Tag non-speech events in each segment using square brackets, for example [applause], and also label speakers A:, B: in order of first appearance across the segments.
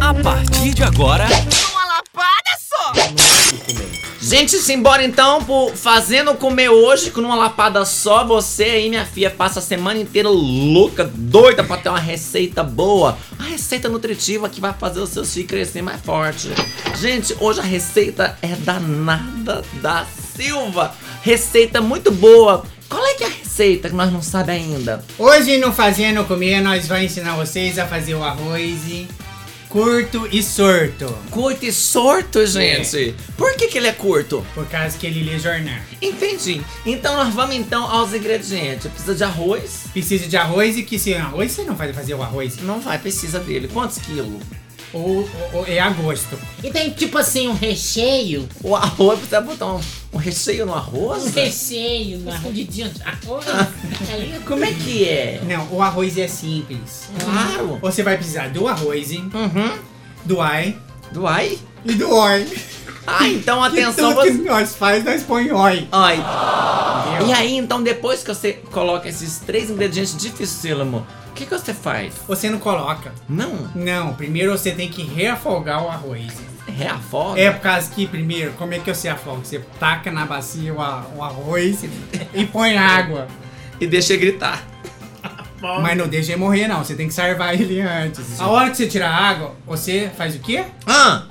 A: A partir de agora,
B: Uma lapada só!
C: Gente, simbora então por Fazendo Comer hoje com uma lapada só. Você aí, minha filha, passa a semana inteira louca, doida pra ter uma receita boa. Uma receita nutritiva que vai fazer os seus filhos crescer mais forte. Gente, hoje a receita é danada da Silva. Receita muito boa. Qual é que é a receita que nós não sabemos ainda?
D: Hoje no Fazendo Comer nós vamos ensinar vocês a fazer o arroz e curto e sorto.
C: Curto e sorto, gente. Por que, que ele é curto?
D: Por causa que ele lê jornal.
C: Entendi. Então nós vamos então aos ingredientes. Precisa de arroz.
D: Precisa de arroz e que sem arroz você não vai fazer o arroz.
C: Não vai, precisa dele. Quantos quilos?
D: Ou, ou- ou é a gosto.
E: E tem tipo assim um recheio.
C: O arroz, precisa botar um, um recheio no arroz?
D: é.
E: Um recheio, uma escondidinha de arroz.
D: Ah.
E: ali.
C: Como é que é?
D: Não, o arroz é simples.
C: Claro.
D: Você vai precisar do arroz,
C: Uhum.
D: do ai
C: Do ai?
D: e do oi.
C: Ah,
D: [laughs]
C: então atenção
D: E tudo
C: você...
D: que nós faz, nós põe oi.
C: Ai.
D: entendeu?
C: E aí, então, depois que você coloca esses três ingredientes dificílimo, o que, que você faz?
D: Você não coloca.
C: Não,
D: Não, primeiro você tem que reafogar o arroz.
C: reafoga.
D: É por causa que, primeiro, como é que você afoga? Você taca na bacia o, a- o arroz e põe água.
C: E deixa gritar.
D: Mas não deixa ele morrer, não. Você tem que salvar ele antes. A hora que você tira a água, você faz o quê?
C: Ah,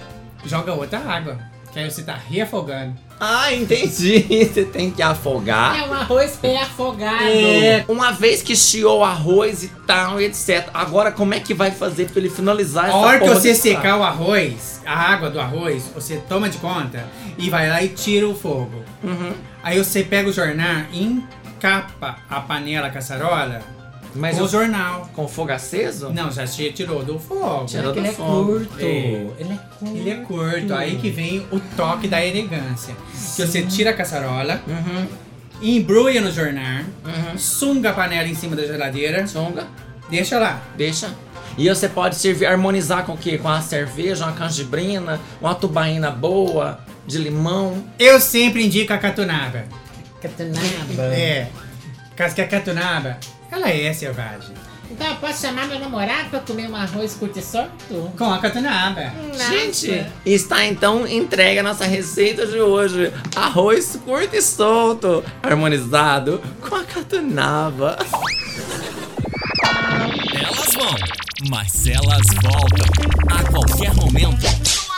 D: Joga outra água. Que aí você tá reafogando.
C: ah entendi. [laughs] Você tem que afogar.
E: É um arroz pé afogado.
C: É, uma vez que chiou o arroz e tal, e etc. Agora, como é que vai fazer pra ele finalizar essa
D: A hora que
C: porra
D: você
C: desse prato?
D: secar o arroz, a água do arroz, você toma de conta e vai lá e tira o fogo.
C: Uhum.
D: Aí você pega o jornal e encapa a panela, a caçarola
C: Mas
D: com o
C: eu-
D: jornal.
C: com fogo aceso?
D: Não, já se tirou do fogo.
C: Tirou do
E: Ele é
C: fogo.
E: curto.
D: É.
E: Ele é curto.
D: Ele é curto, aí que vem o toque da elegância. Que você tira a caçarola,
C: Uhum.
D: embrulha no jornal,
C: Uhum.
D: sunga a panela em cima da geladeira,
C: Songa,
D: deixa lá.
C: deixa. E você pode servir, harmonizar com o quê? Com uma cerveja, uma canjibrina, uma tubaína boa, de limão.
D: Eu sempre indico a catunaba.
E: Catanaba.
D: É. Caso que a catunaba, ela é selvagem.
E: Então eu posso chamar meu namorado pra comer um arroz curto e solto?
D: Com a catunaba.
C: Gente, está então entregue a nossa receita de hoje. Arroz curto e solto, harmonizado com a catunaba.
A: elas vão, mas elas voltam a qualquer momento.